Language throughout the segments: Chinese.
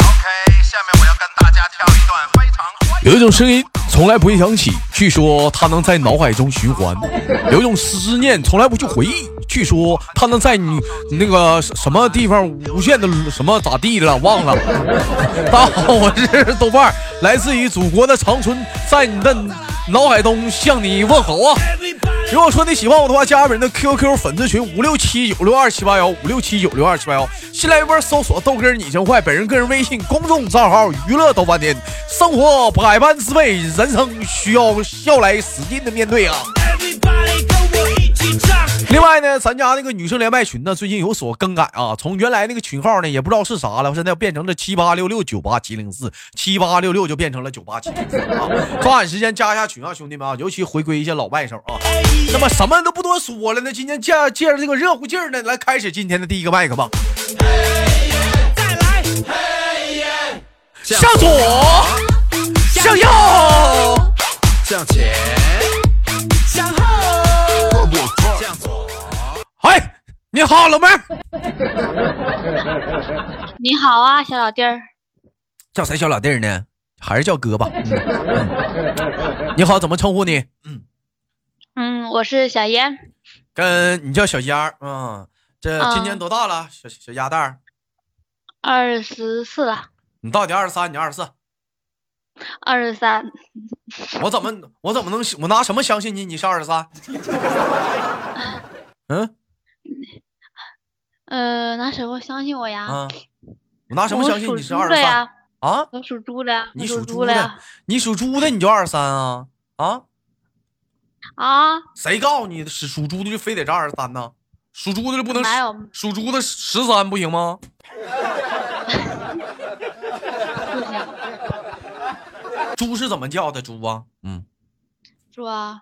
OK，下面我要跟大家跳一段非常欢有一种声音从来不会响起，据说它能在脑海中循环；有一种思念从来不去回忆，据说它能在你那个什么地方无限的什么咋地了忘了。 大家好，我是豆瓣儿，来自于祖国的长春，在你的脑海中向你问候啊！如果说你喜欢我的话，加本人的 QQ 粉丝群五六七九六二七八幺五六七九六二七八幺，新来一波搜索豆哥你真坏，本人个人微信公众账号娱乐豆瓣天，生活百般滋味，人生需要笑来使劲的面对啊。 Everybody go 我一起唱。另外呢，咱家那个女生连麦群呢，最近有所更改啊，从原来那个群号呢，也不知道是啥了，现在变成了七八六六九八七零四，七八六六就变成了九八七零四啊，抓紧时间加一下群啊，兄弟们啊，尤其回归一些老外手啊。那么什么都不多说了，那今天借借着这个热乎劲儿呢，来开始今天的第一个麦克吧，再来，向左，向右，向前，向后，向左，哎，你好，老妹儿，你好啊，小老弟儿，叫谁小老弟儿呢？还是叫哥吧。嗯嗯你好，怎么称呼你？嗯，我是小妍，跟你叫小丫儿，嗯，这今年嗯多大了？小小丫蛋儿，二十四啊了，你到底二十三，你二十四，二十三，我怎么我怎么能我拿什么相信你？你是二十 三？嗯呃，拿什么相信我呀？啊，我拿什么我相信属你是猪二十的三呀？啊？我属猪的呀，你我属猪的的呀？，你属猪的你就二十三啊啊？啊，谁告诉你是属猪的就非得这二十三呢？属猪的就不能哪有属猪的十三不行吗？不行，猪是怎么叫的？猪啊？嗯，猪啊！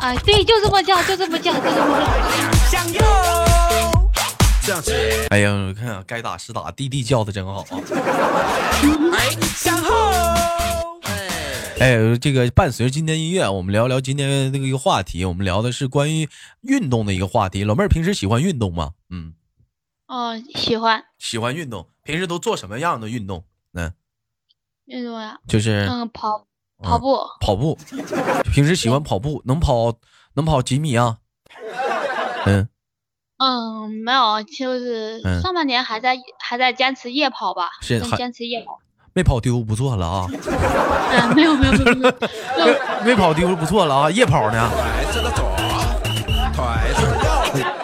哎，对，就这么叫，就这么叫，就这么叫。向右，向前，哎呀，我看啊该打是打，弟弟叫的真好啊。向后，哎，这个伴随着今天音乐，我们聊聊今天那个一个话题，我们聊的是关于运动的一个话题。老妹儿平时喜欢运动吗？嗯，哦，喜欢喜欢运动。平时都做什么样的运动？嗯，运动呀，就是嗯，跑跑嗯步，跑步。平时喜欢跑 步，能跑能跑几米啊？嗯，嗯，没有，就是嗯上半年还在还在坚持夜跑吧，是在还坚持夜跑。没跑丢不错了啊，嗯，没有没有没有没有，没有没跑丢不错了啊。夜跑呢？抬着个左，抬着个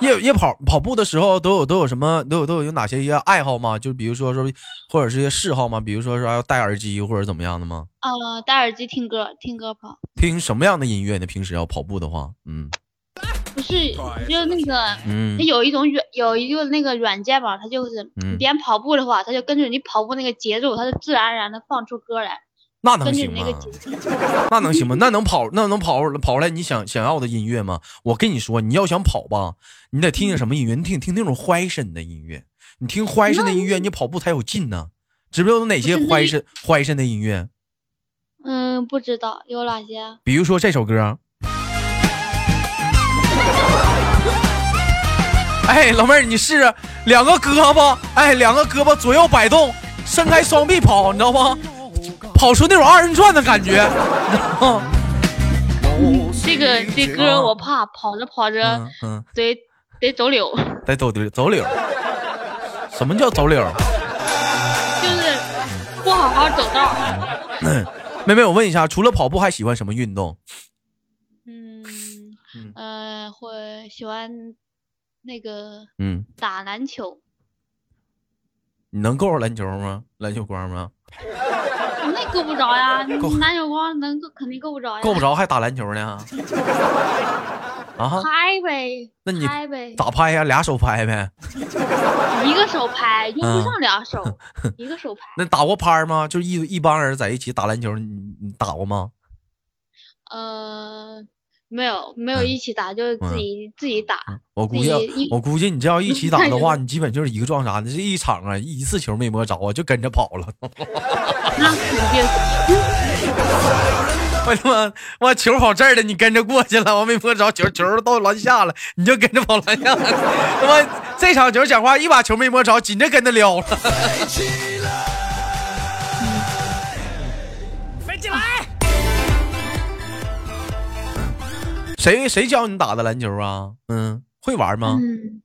夜夜跑跑步的时候都有都有什么都有都有有哪些一个爱好吗？就比如说说，或者是一些嗜好吗？比如说说要戴耳机或者怎么样的吗？呃，戴耳机听歌，听歌跑，听什么样的音乐呢？平时要跑步的话，嗯不是就那个，嗯它，有一种软，有一个那个软件吧，它就是嗯你边跑步的话，它就跟着你跑步那个节奏，它就自然而然的放出歌来，那能根据行你那吗个？节奏。那能行吗？那能跑那能跑跑出来你想想要的音乐吗？我跟你说，你要想跑吧，你得听听什么音乐？你听听那种怀身的音乐，你听怀身的音乐，你跑步才有劲呢。知不知道有哪些不是那怀身怀身的音乐？嗯，不知道有哪些啊？比如说这首歌。哎，老妹儿，你试试两个胳膊，哎，两个胳膊左右摆动，伸开双臂跑，你知道吗？跑出那种二人转的感觉。这个这歌我怕跑着跑着啊嗯嗯，得得走柳，得走溜走溜。什么叫走溜？就是不好好走道。妹妹，我问一下，除了跑步还喜欢什么运动？嗯嗯呃，会喜欢那个嗯，打篮球，你能够着篮球吗？篮球框吗？那够不着呀，你够篮球光能够肯定够不着呀，够不着还打篮球呢？啊？拍呗，那你拍呗，咋拍呀？俩手拍呗。一个手拍用嗯不上两手， 一个手拍。那打过拍儿吗？就是一一帮人在一起打篮球，你你打过吗？呃，没有没嗯有一起打，就是自己自己打。啊我估计要自己一我估计你这要一起打的那话，你基本就是一个撞衫，这一场啊一次球没摸着啊，就跟着跑了。那肯定，我他妈，我球跑这儿了，你跟着过去了，我没摸着球，球到篮下了，你就跟着跑篮下了。 他妈，这场球讲话一把球没摸着，紧着跟着撩了。飞起来！谁谁教你打的篮球啊？嗯，会玩吗？嗯，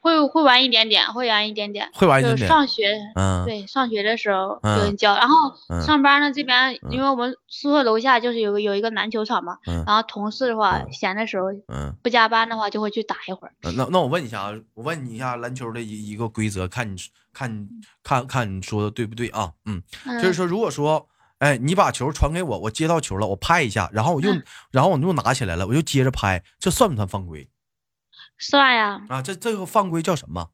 会会玩一点点，会玩一点点。会玩一就点是点。上学，嗯，对，上学的时候嗯有人教，然后嗯上班呢这边，嗯因为我们宿舍楼下就是有个有一个篮球场嘛，嗯然后同事的话闲的时候嗯，不加班的话就会去打一会儿。呃那那我问你一下啊，我问你一下篮球的一一个规则，看你看你看看你说的对不对啊？嗯，嗯、就是说，如果说，哎，你把球传给我，我接到球了，我拍一下，然后我嗯又，然后我又拿起来了，我又接着拍，这算不算犯规算呀，啊？这这个犯规叫什么？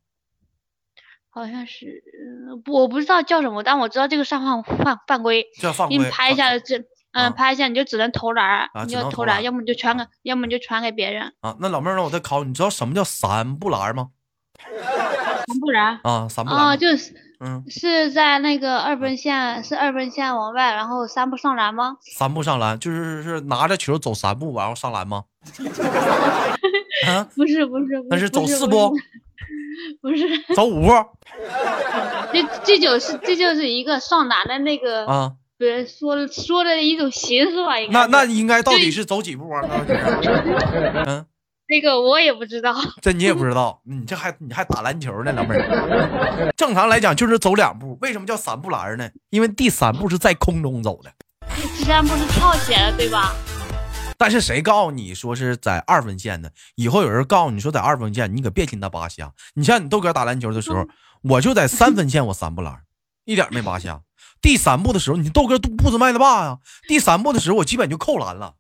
好像是呃不我不知道叫什么，但我知道这个算犯犯犯规，叫犯给规？你拍一下啊就只。啊嗯，拍一下你就只能投篮儿，啊你只要能投投篮啊篮儿，要么你就传给，要么你就传给别人，啊！那老妹儿，让我再考你，你知道什么叫三不篮吗？不然啊，三不篮吗。啊，就是嗯，是在那个二分线，是二分线往外，然后三步上篮吗？三步上篮就是是拿着球走三步，然后上篮吗？ 啊，不是不是，不那是走不四不步，是不是，走五步这这就是这就是一个上篮的那个，啊？别人说的说的一种形式吧，应该那是那应该到底嗯对是走几步啊？那是 嗯，这个我也不知道， 这你也不知道，你这还你还打篮球呢，老妹儿。正常来讲就是走两步，为什么叫三步篮呢？因为第三步是在空中走的。之前不是跳起来了对吧？但是谁告诉你说是在二分线的？以后有人告诉你说在二分线，你可别听他扒瞎。你像你豆哥打篮球的时候，我就在三分线，我三步篮，一点没扒瞎。第三步的时候，你豆哥肚子迈的大呀！第三步的时候，我基本就扣篮了。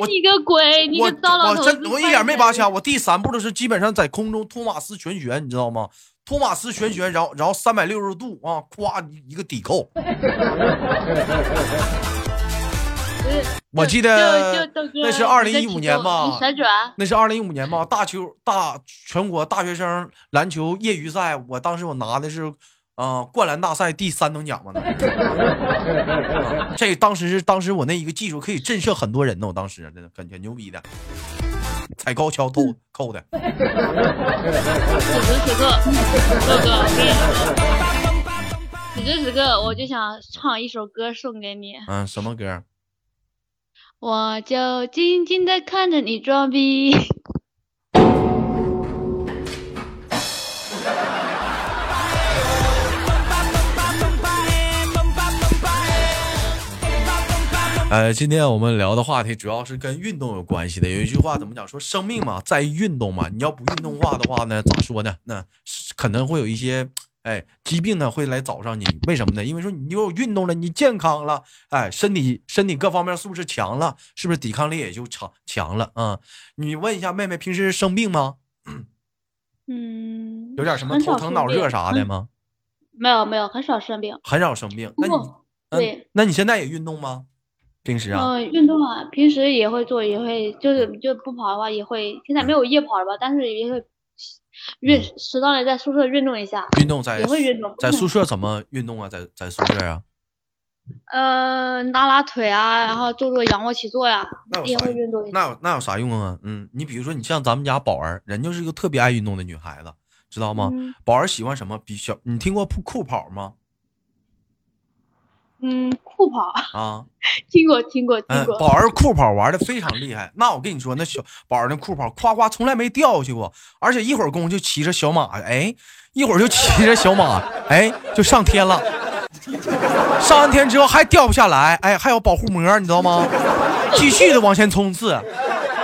我你个鬼，你我个糟老我头子！真我一点没扒瞎，我第三步的时候基本上在空中托马斯旋旋，你知道吗？托马斯旋旋，然后然后三百六十度啊，咵一个底 扣。就是，我记就得就豆哥那是你二的零一体五年重吧你，旋转，那是二零一五年吧，大球大全国大学生篮球业余赛，我当时我拿的是，啊、灌篮大赛第三等奖嘛，那是啊这当时是 当时我那一个技术可以震慑很多人呢，我当时真的感觉牛逼的，踩高跷扣扣的，此时此刻，豆哥，我跟你说，此时此刻我就想唱一首歌送给你。嗯，什么歌？我就静静的看着你 装逼。呃，今天我们聊的话题主要是跟运动有关系的。有一句话怎么讲？说生命嘛，在于运动嘛。你要不运动化的话呢，咋说呢？那是可能会有一些哎疾病呢会来找上你。为什么呢？因为说你有运动了，你健康了，哎，身体身体各方面素质强了，是不是抵抗力也就强强了啊、你问一下妹妹，平时生病吗？嗯，有点什么很头少疼生脑热病嗯啥的？吗？很没有没有，很少生病。很少生病。不那你、过，嗯对，那你现在也运动吗？平时啊？嗯、运动啊，平时也会做，也会就是就不跑的啊话，也会现在没有夜跑了吧，但是也会运适当的在宿舍运动一下。运动在呃也会运动在宿舍怎么运动啊？在在宿舍啊？呃，拉拉腿啊，然后做做仰卧起坐呀、那有也啥会用运动一下。那有那有啥用啊？嗯，你比如说，你像咱们家宝儿，人就是一个特别爱运动的女孩子，知道吗？嗯宝儿喜欢什么？比小，你听过酷酷跑吗？嗯，酷跑啊，听过听过听嗯，过。宝儿酷跑玩的非常厉害。那我跟你说，那小宝儿那酷跑夸夸从来没掉下去过，而且一会儿功夫就骑着小马，哎，一会儿就骑着小马，哎，就上天了。上完天之后还掉不下来，哎，还有保护膜，你知道吗？继续的往前冲刺。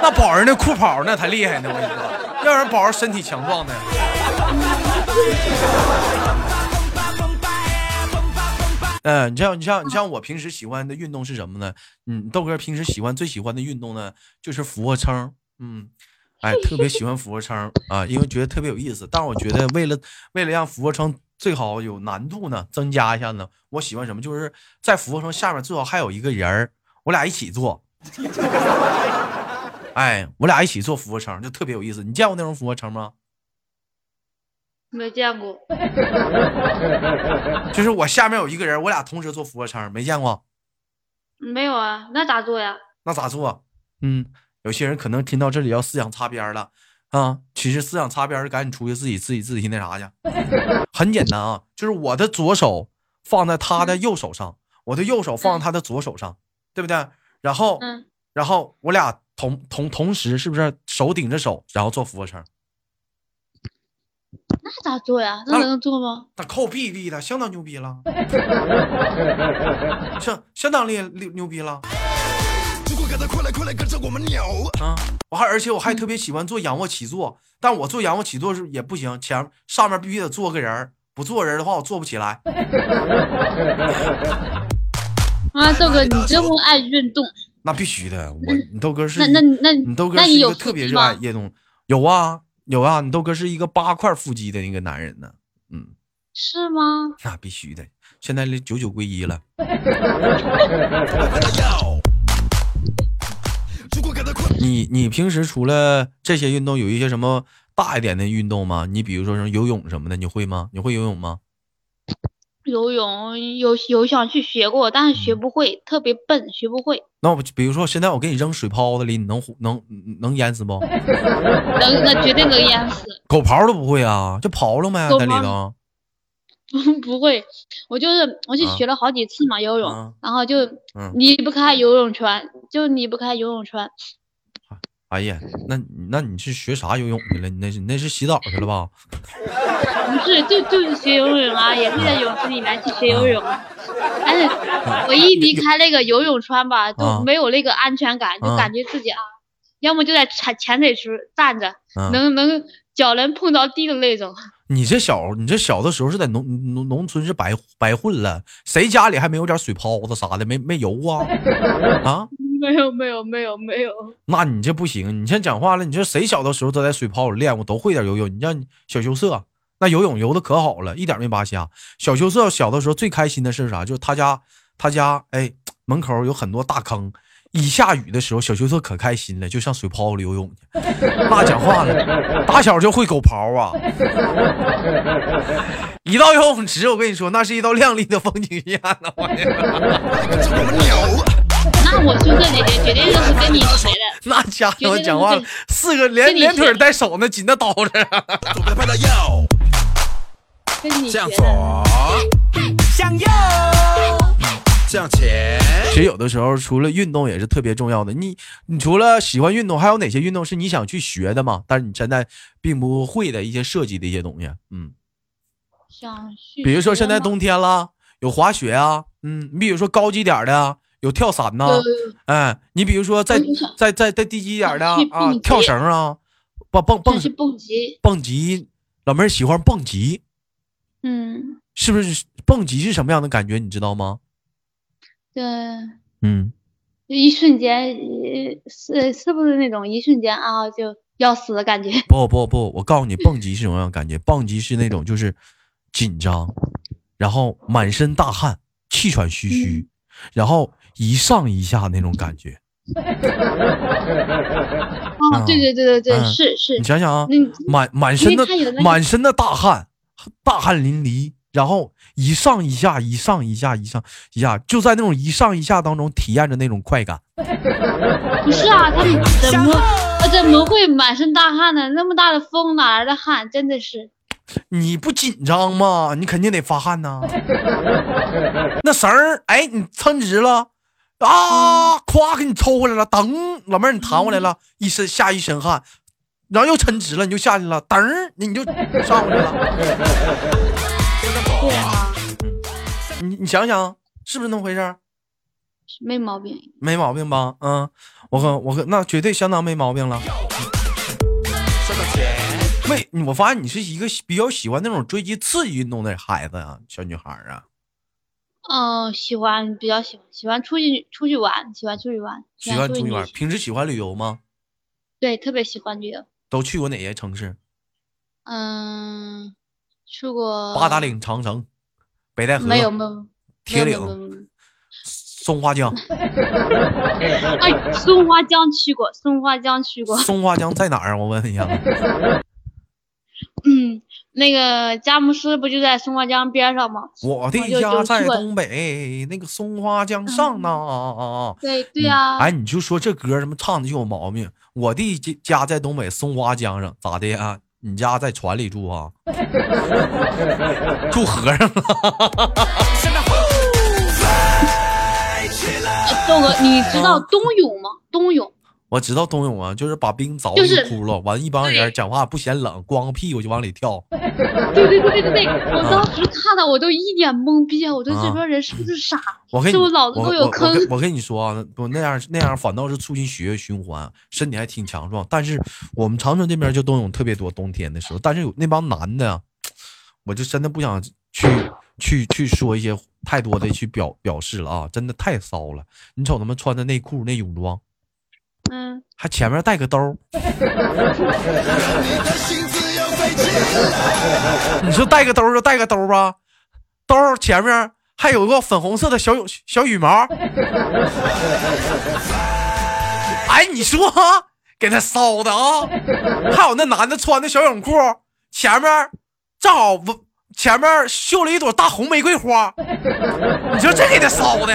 那宝儿那酷跑那才厉害呢，我跟你说，要不然宝儿身体强壮的。 嗯，你像你像你像我平时喜欢的运动是什么呢？嗯，豆哥平时喜欢最喜欢的运动呢，就是俯卧撑。嗯，哎，特别喜欢俯卧撑啊，因为觉得特别有意思。但是我觉得为了为了让俯卧撑最好有难度呢，增加一下呢，我喜欢什么？就是在俯卧撑下面最好还有一个人儿，我俩一起做。哎，我俩一起做俯卧撑，就特别有意思。你见过那种俯卧撑吗？没见过，就是我下面有一个人，我俩同时做俯卧撑，没见过，没有啊，那咋做呀？那咋做？嗯，有些人可能听到这里要思想擦边儿了啊，其实思想擦边儿，赶紧出去自己自己自己那啥去。很简单啊，就是我的左手放在他的右手上，我的右手放在他的左手上，对不对？然后，嗯，然后我俩同同同时是不是手顶着手，然后做俯卧撑？那咋做呀？那那能做吗？那扣臂力的相当牛逼了，相相当厉厉牛逼了不过哥的，快来快来跟着我们扭！啊！我还而且我还特别喜欢做仰卧起坐，但我做仰卧起坐是也不行，前上面必须得坐个人儿，不坐人的话我做不起来。啊，豆哥，你这么爱运动，那必须的，我你豆哥是那那那你豆哥那是你一有个腹特别肌热爱吗？运动，有啊有啊，你豆哥是一个八块腹肌的那个男人呢，嗯，是吗？那必须的，现在九九归一了。如果哥的快，你你平时除了这些运动，有一些什么大一点的运动吗？你比如说什么游泳什么的，你会吗？你会游泳吗？游泳有有想去学过，但嗯是学不会，特别笨，学不会。那我比如说现在我给你扔水泡子里，你能呼能能淹死不？能，那绝对能淹死。 狗刨都不会啊，就刨了呗，狗刨在里头。不会，我就是我去啊学了好几次嘛、游泳，啊然后就嗯离不开游泳圈，就离不开游泳圈。哎呀，那你那你是学啥游泳去了？你那是你那是洗澡去了吧？不是，就就是学游泳啊，也是在泳池里面去学游泳。啊但是我一离开那个游泳圈吧，嗯啊就没有那个安全感，啊就感觉自己啊，要么就在潜潜水池站着，嗯，能能脚能碰着地的那种。你这小你这小的时候是在农农农村是白白混了，谁家里还没有点水泡子啥的？没没游啊？啊？ 没有没有没有没有，那你这不行，你先讲话了。你说谁小的时候都在水泡里练过，都会点游泳。你像小羞涩，那游泳游的可好了，一点没扒瞎。小羞涩小的时候最开心的是啥？就是他家他家哎门口有很多大坑，一下雨的时候，小羞涩可开心了，就上水泡里游泳去。那讲话了，打小就会狗刨啊。一到游泳池，我跟你说，那是一道亮丽的风景线呢。我跟你说跟着我们扭！那我宿舍姐姐绝对就是跟你学的，那家伙讲话了，四个连跟你连腿学带手呢，紧的叨着。啊左边拍到右，跟你学向的。左，向右，向前，其实有的时候，除了运动也是特别重要的。你你除了喜欢运动，还有哪些运动是你想去学的吗？但是你现在并不会的一些设计的一些东西，嗯，想去，比如说现在冬天了，有滑雪啊，嗯，你比如说高级点儿的啊，有跳伞呐、呃哎，你比如说再我就想再再再低级点儿的啊想去啊蹦极跳绳啊，蹦蹦想蹦去蹦极，蹦极，老妹儿喜欢蹦极，嗯，是不是？蹦极是什么样的感觉，你知道吗？对，嗯，一瞬间，呃是是不是那种一瞬间啊就要死的感觉？ 不不不，我告诉你，蹦极是什么样的感觉？蹦极是那种就是紧张，然后满身大汗，气喘吁嗯吁，然后一上一下那种感觉。哦，对对对对对，嗯是是你，想想啊，嗯，满满身的因为它有那个满身的大汗，大汗淋漓，然后一上一下，一上一下，一上一下，就在那种一上一下当中体验着那种快感。不是啊，嗯他们怎向么后，他怎么会满身大汗呢？那么大的风哪来的汗？真的是，你不紧张吗？你肯定得发汗呐、 那绳儿，哎，你抻直了，啊，咵给你抽回来了，噔，老妹儿你弹回来了，一身下一身汗，然后又抻直了，你就下去了，噔儿，你就上回来了。 对啊，你你想想，是不是那么回事儿？没毛病。没毛病吧？嗯，我和我和那绝对相当没毛病了。向前，没，我发现你是一个比较喜欢那种追求刺激运动的孩子啊，小女孩儿啊。嗯，喜欢比较喜欢喜欢出去出去玩，喜欢出去玩，喜欢出去去玩儿，旅行平时喜欢旅游吗？对，特别喜欢旅游。都去过哪些城市？嗯，去过八达岭长城、北戴河、呃没有没有铁没岭有没有没有松花江，哎，松花江去过，松花江去过。松花江在哪儿？我问 一下。嗯，那个佳木斯不就在松花江边上吗？我的有家有在去过东北，那个松花江上呢。对对啊呀、哎，你就说这歌他妈唱的就有毛病。我的家家在东北松花江上，咋的啊？你家在船里住啊？ 住河上 了？豆哥，你知道冬泳吗？冬泳我知道冬泳啊，就是把冰凿就一是个窟窿，完一帮人对讲话不嫌冷，光个屁股就往里跳。对对对对对对，我当时看到我都一脸懵逼啊！我说这帮人是不是傻？我跟你，是不是脑子我都跟有我坑我跟我跟你说啊，我那样那样反倒是促进血液循环，身体还挺强壮。但是我们长春这边就冬泳特别多，冬天的时候，但是有那帮男的啊，我就真的不想去去去说一些太多的去表表示了啊，真的太骚了。你瞅他们穿的内裤那泳装，嗯，还前面带个兜儿， 你说带个兜儿就带个兜儿吧，兜儿前面还有个粉红色的小小羽毛。哎，你说 哈，给他烧的啊！还有那男的穿的小泳裤，前面正好不前面绣了一朵大红玫瑰花，你说这给他烧的。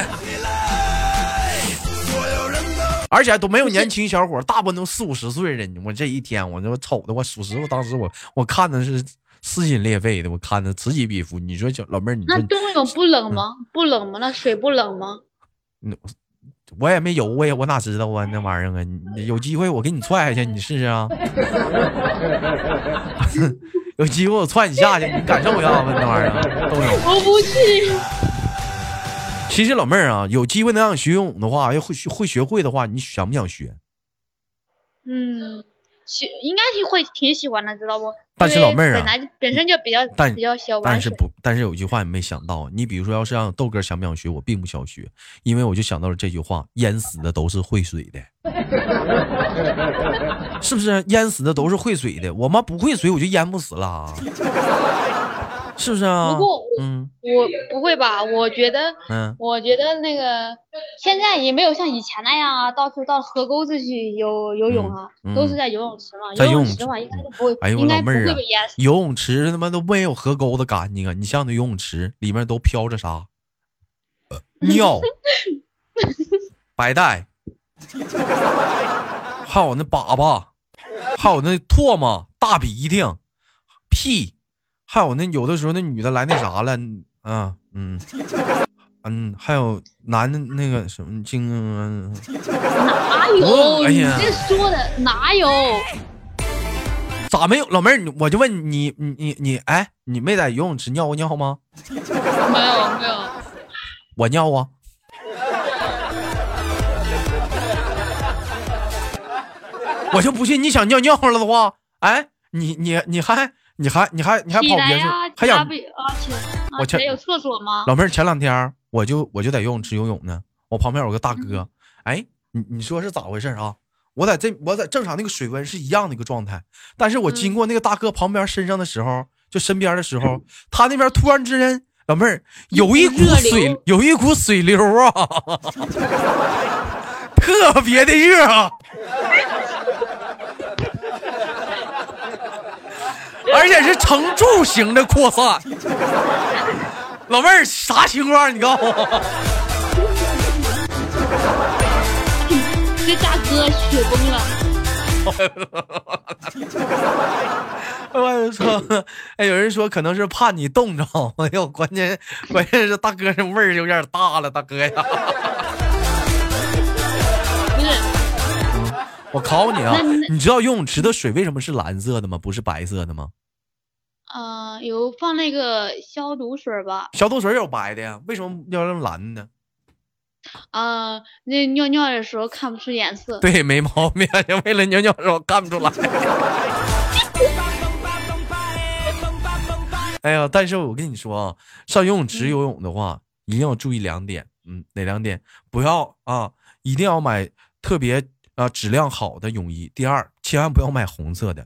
而且都没有年轻小伙儿，大部分都四五十岁人。我这一天，我这瞅的我，属实我当时我我看的是撕心裂肺的，我看的此起彼伏。你说小老妹儿，你说那冬泳不冷吗？不冷吗？那水不冷吗？我也没游过呀，我哪知道啊那玩意儿啊？你你有机会我给你踹下去，你试试啊。 有机会我踹你下去，你感受一下子那玩意儿啊，都有。我不去。其实老妹儿啊，有机会能让你学游泳的话，要会学会学会的话，你想不想学？嗯，喜应该是会挺喜欢的，知道不？但是因为老妹儿啊本来就本身就比较但比较喜欢但玩是水。不，但是有句话你没想到，你比如说要是让豆哥想不想学，我并不想学，因为我就想到了这句话：淹死的都是会水的， 是不是？淹死的都是会水的，我妈不会水我就淹不死了啊， 是不是啊？不过我嗯我不会吧？我觉得，嗯，我觉得那个现在也没有像以前那样啊，到处到河沟子去游游泳啊，嗯嗯都是在游泳池嘛。在游游泳泳池池嘛，应该就不会，哎呦应该老不妹儿会啊被淹死。游泳池他妈都没有河沟子干净啊！你像那游泳池里面都飘着啥？呃尿、白带，还有那粑粑，还有那唾沫、大鼻涕、屁，还有那有的时候那女的来那啥了，啊嗯嗯，还有男的那个什么精，嗯哪哦有？哎你呀这说的哪有？咋没有？老妹儿，你我就问你，你你你，哎，你没在游泳池尿过尿吗？没有没有，我尿啊。我就不信你想尿尿了的话，哎，你你你还你还你还你还起跑来别处呀，，还起来想不而我且而前且有厕所吗？老妹儿前两天儿我就我就在游泳池游泳呢，我旁边有个大哥，哎，你你说是咋回事啊？我在这我在正常那个水温是一样的一个状态，但是我经过那个大哥旁边身上的时候，就身边的时候，他那边突然之间，老妹儿有一股热流水有一股水流啊， 特别的热啊。而且是成柱形的扩散， 老妹儿啥情况？啊你告诉我。这大哥雪崩了。我说，哎，有人说可能是怕你冻着，哎呦，关键关键是大哥这味儿有点大了，大哥呀，不是， 我考你啊那那，你知道游泳池的水为什么是蓝色的吗？不是白色的吗？呃，有放那个消毒水儿吧？消毒水有白的呀，为什么要用蓝呢？呃，那尿尿的时候看不出颜色。 对，没毛病，为了尿尿的时候看不出来。哎呀，但是我跟你说啊，上游泳池游泳的话，一定要注意两点，嗯，哪两点？不要啊，一定要买特别啊质量好的泳衣。第二，千万不要买红色的。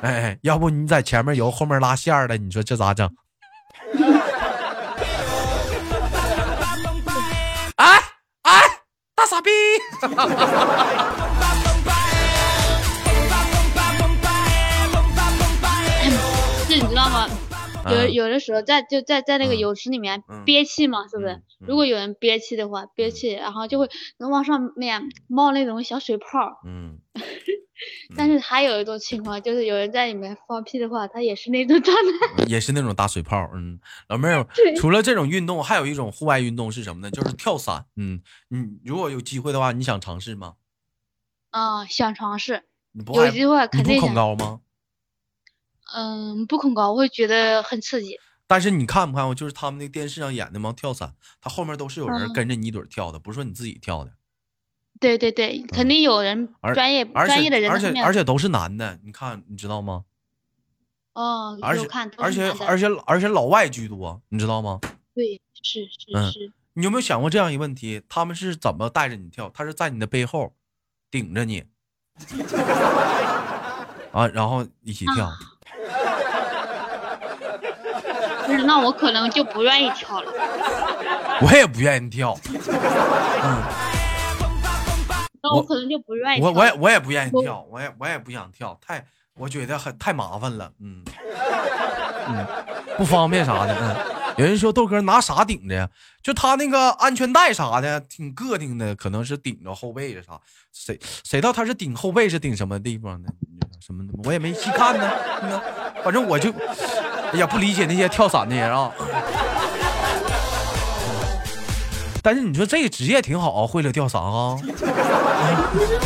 哎，要不你在前面游，后面拉 线儿的，你说这咋整？哎这你知道吗？有嗯有的时候在就在在那个嗯泳池里面嗯憋气嘛，是不是嗯？如果有人憋气的话，憋气，然后就会能往上面冒那种小水泡儿。嗯，但是还有一种情况，就是有人在里面放屁的话，他也是那种 状态。嗯也是那种打水泡。嗯，老妹儿，除了这种运动，还有一种户外运动是什么呢？就是跳伞。嗯，你如果有机会的话，你想尝试吗？啊、想尝试，你不有害机会肯你定不恐想。高吗？嗯，不恐高，我会觉得很刺激。但是你看不看过，就是他们那个电视上演的嘛，跳伞，他后面都是有人嗯跟着你一腿儿跳的，不是说你自己跳的。对对对，肯定有人嗯而专业而且专业的人而在且后面而且都是男的，你看你知道吗？哦，而有且看，都而是且男的而且而且老外居多，你知道吗？对，是是嗯是，你有没有想过这样一个问题？他们是怎么带着你跳？他是在你的背后顶着你啊，然后一起跳。不是那我可能就不愿意跳了。我也不愿意跳，那我我可能就不愿意跳我了。我也我也不愿意我跳，我也我也不想跳，太我觉得很太麻烦了， 嗯嗯，不方便啥的。嗯，有人说豆哥拿啥顶着呀？就他那个安全带啥的，挺个挺的，可能是顶着后背是啥？谁谁知道他是顶后背是顶什么地方呢？什么？我也没细看呢。嗯反正我就，哎呀，不理解那些跳伞的人啊。但是你说这个职业挺好啊，会了跳伞啊。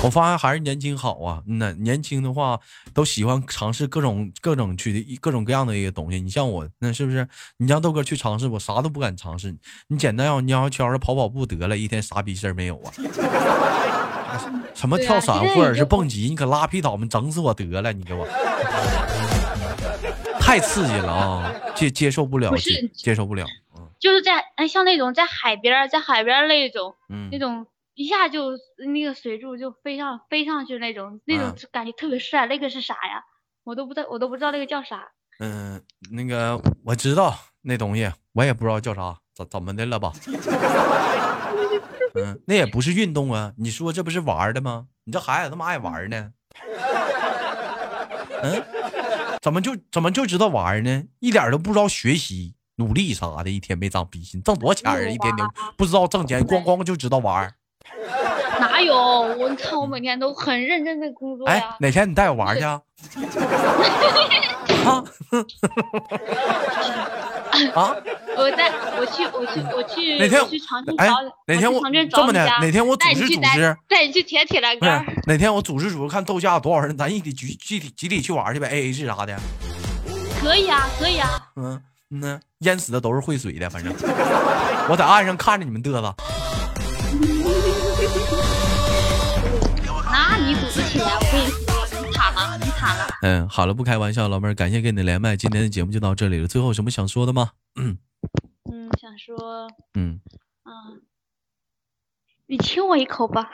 我发现还是年轻好啊！嗯呐，年轻的话都喜欢尝试各种各种去的各种各样的一个东西。你像我，那是不是？你让豆哥去尝试，我啥都不敢尝试。你简单让我绕一圈儿跑跑步得了，一天啥逼事儿没有啊？ 什么对啊跳伞、现在或者已是经蹦极，你可拉皮倒吧，整死我得了！你给我太刺激了啊！接接受不了，不是接接受不了。嗯就是在哎，像那种在海边儿，在海边儿那种嗯，那种一下就那个水柱就飞上飞上去那种，那啊种感觉特别帅。那个是啥呀？我都不知道，我都不知道那个叫啥。嗯，那个我知道那东西，我也不知道叫啥，怎怎么的了吧？嗯，那也不是运动啊，你说这不是玩儿的吗？你这孩子他妈爱玩儿呢？嗯，怎么就怎么就知道玩儿呢？一点儿都不知道学习努力啥的，一天没长逼心，挣多少钱儿啊？一天天不知道挣钱，光光就知道玩儿。哪有？我你看我每天都很认真的工作哎呀，，哪天你带我玩儿去 啊？啊啊！我在我去我去我去哪天我去长春哎找你，哪天我我去长春这么找你的家哪天我带组你织去组带织带你去舔铁栏不是杆儿。，哪天我组织组织看豆家有多少人，咱一起集集体集体去玩去呗，A A 制啥的。可以啊，可以啊。嗯嗯呢，淹死的都是会水的，反 正我在岸上看着你们嘚瑟。那你组织起来，我跟你说，你惨了，你惨了。嗯，好了，不开玩笑，老妹儿，感谢跟你的连麦，今天的节目就到这里了。最后有什么想说的吗？嗯，想说。嗯，啊，你亲我一口吧。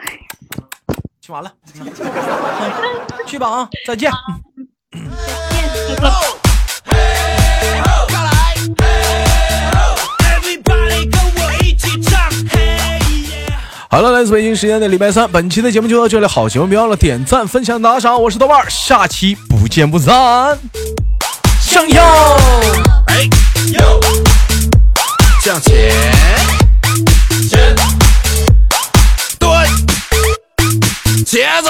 去完了， 嗯嗯去吧啊，再 见。嗯过来，Everybody 跟我一起唱，嘿耶！好了，来自北京时间的礼拜三，本期的节目就到这里，好节目别忘了点赞、分享、打赏，我是豆瓣儿，下期不见不散，向右。哎向前，前，蹲，茄子。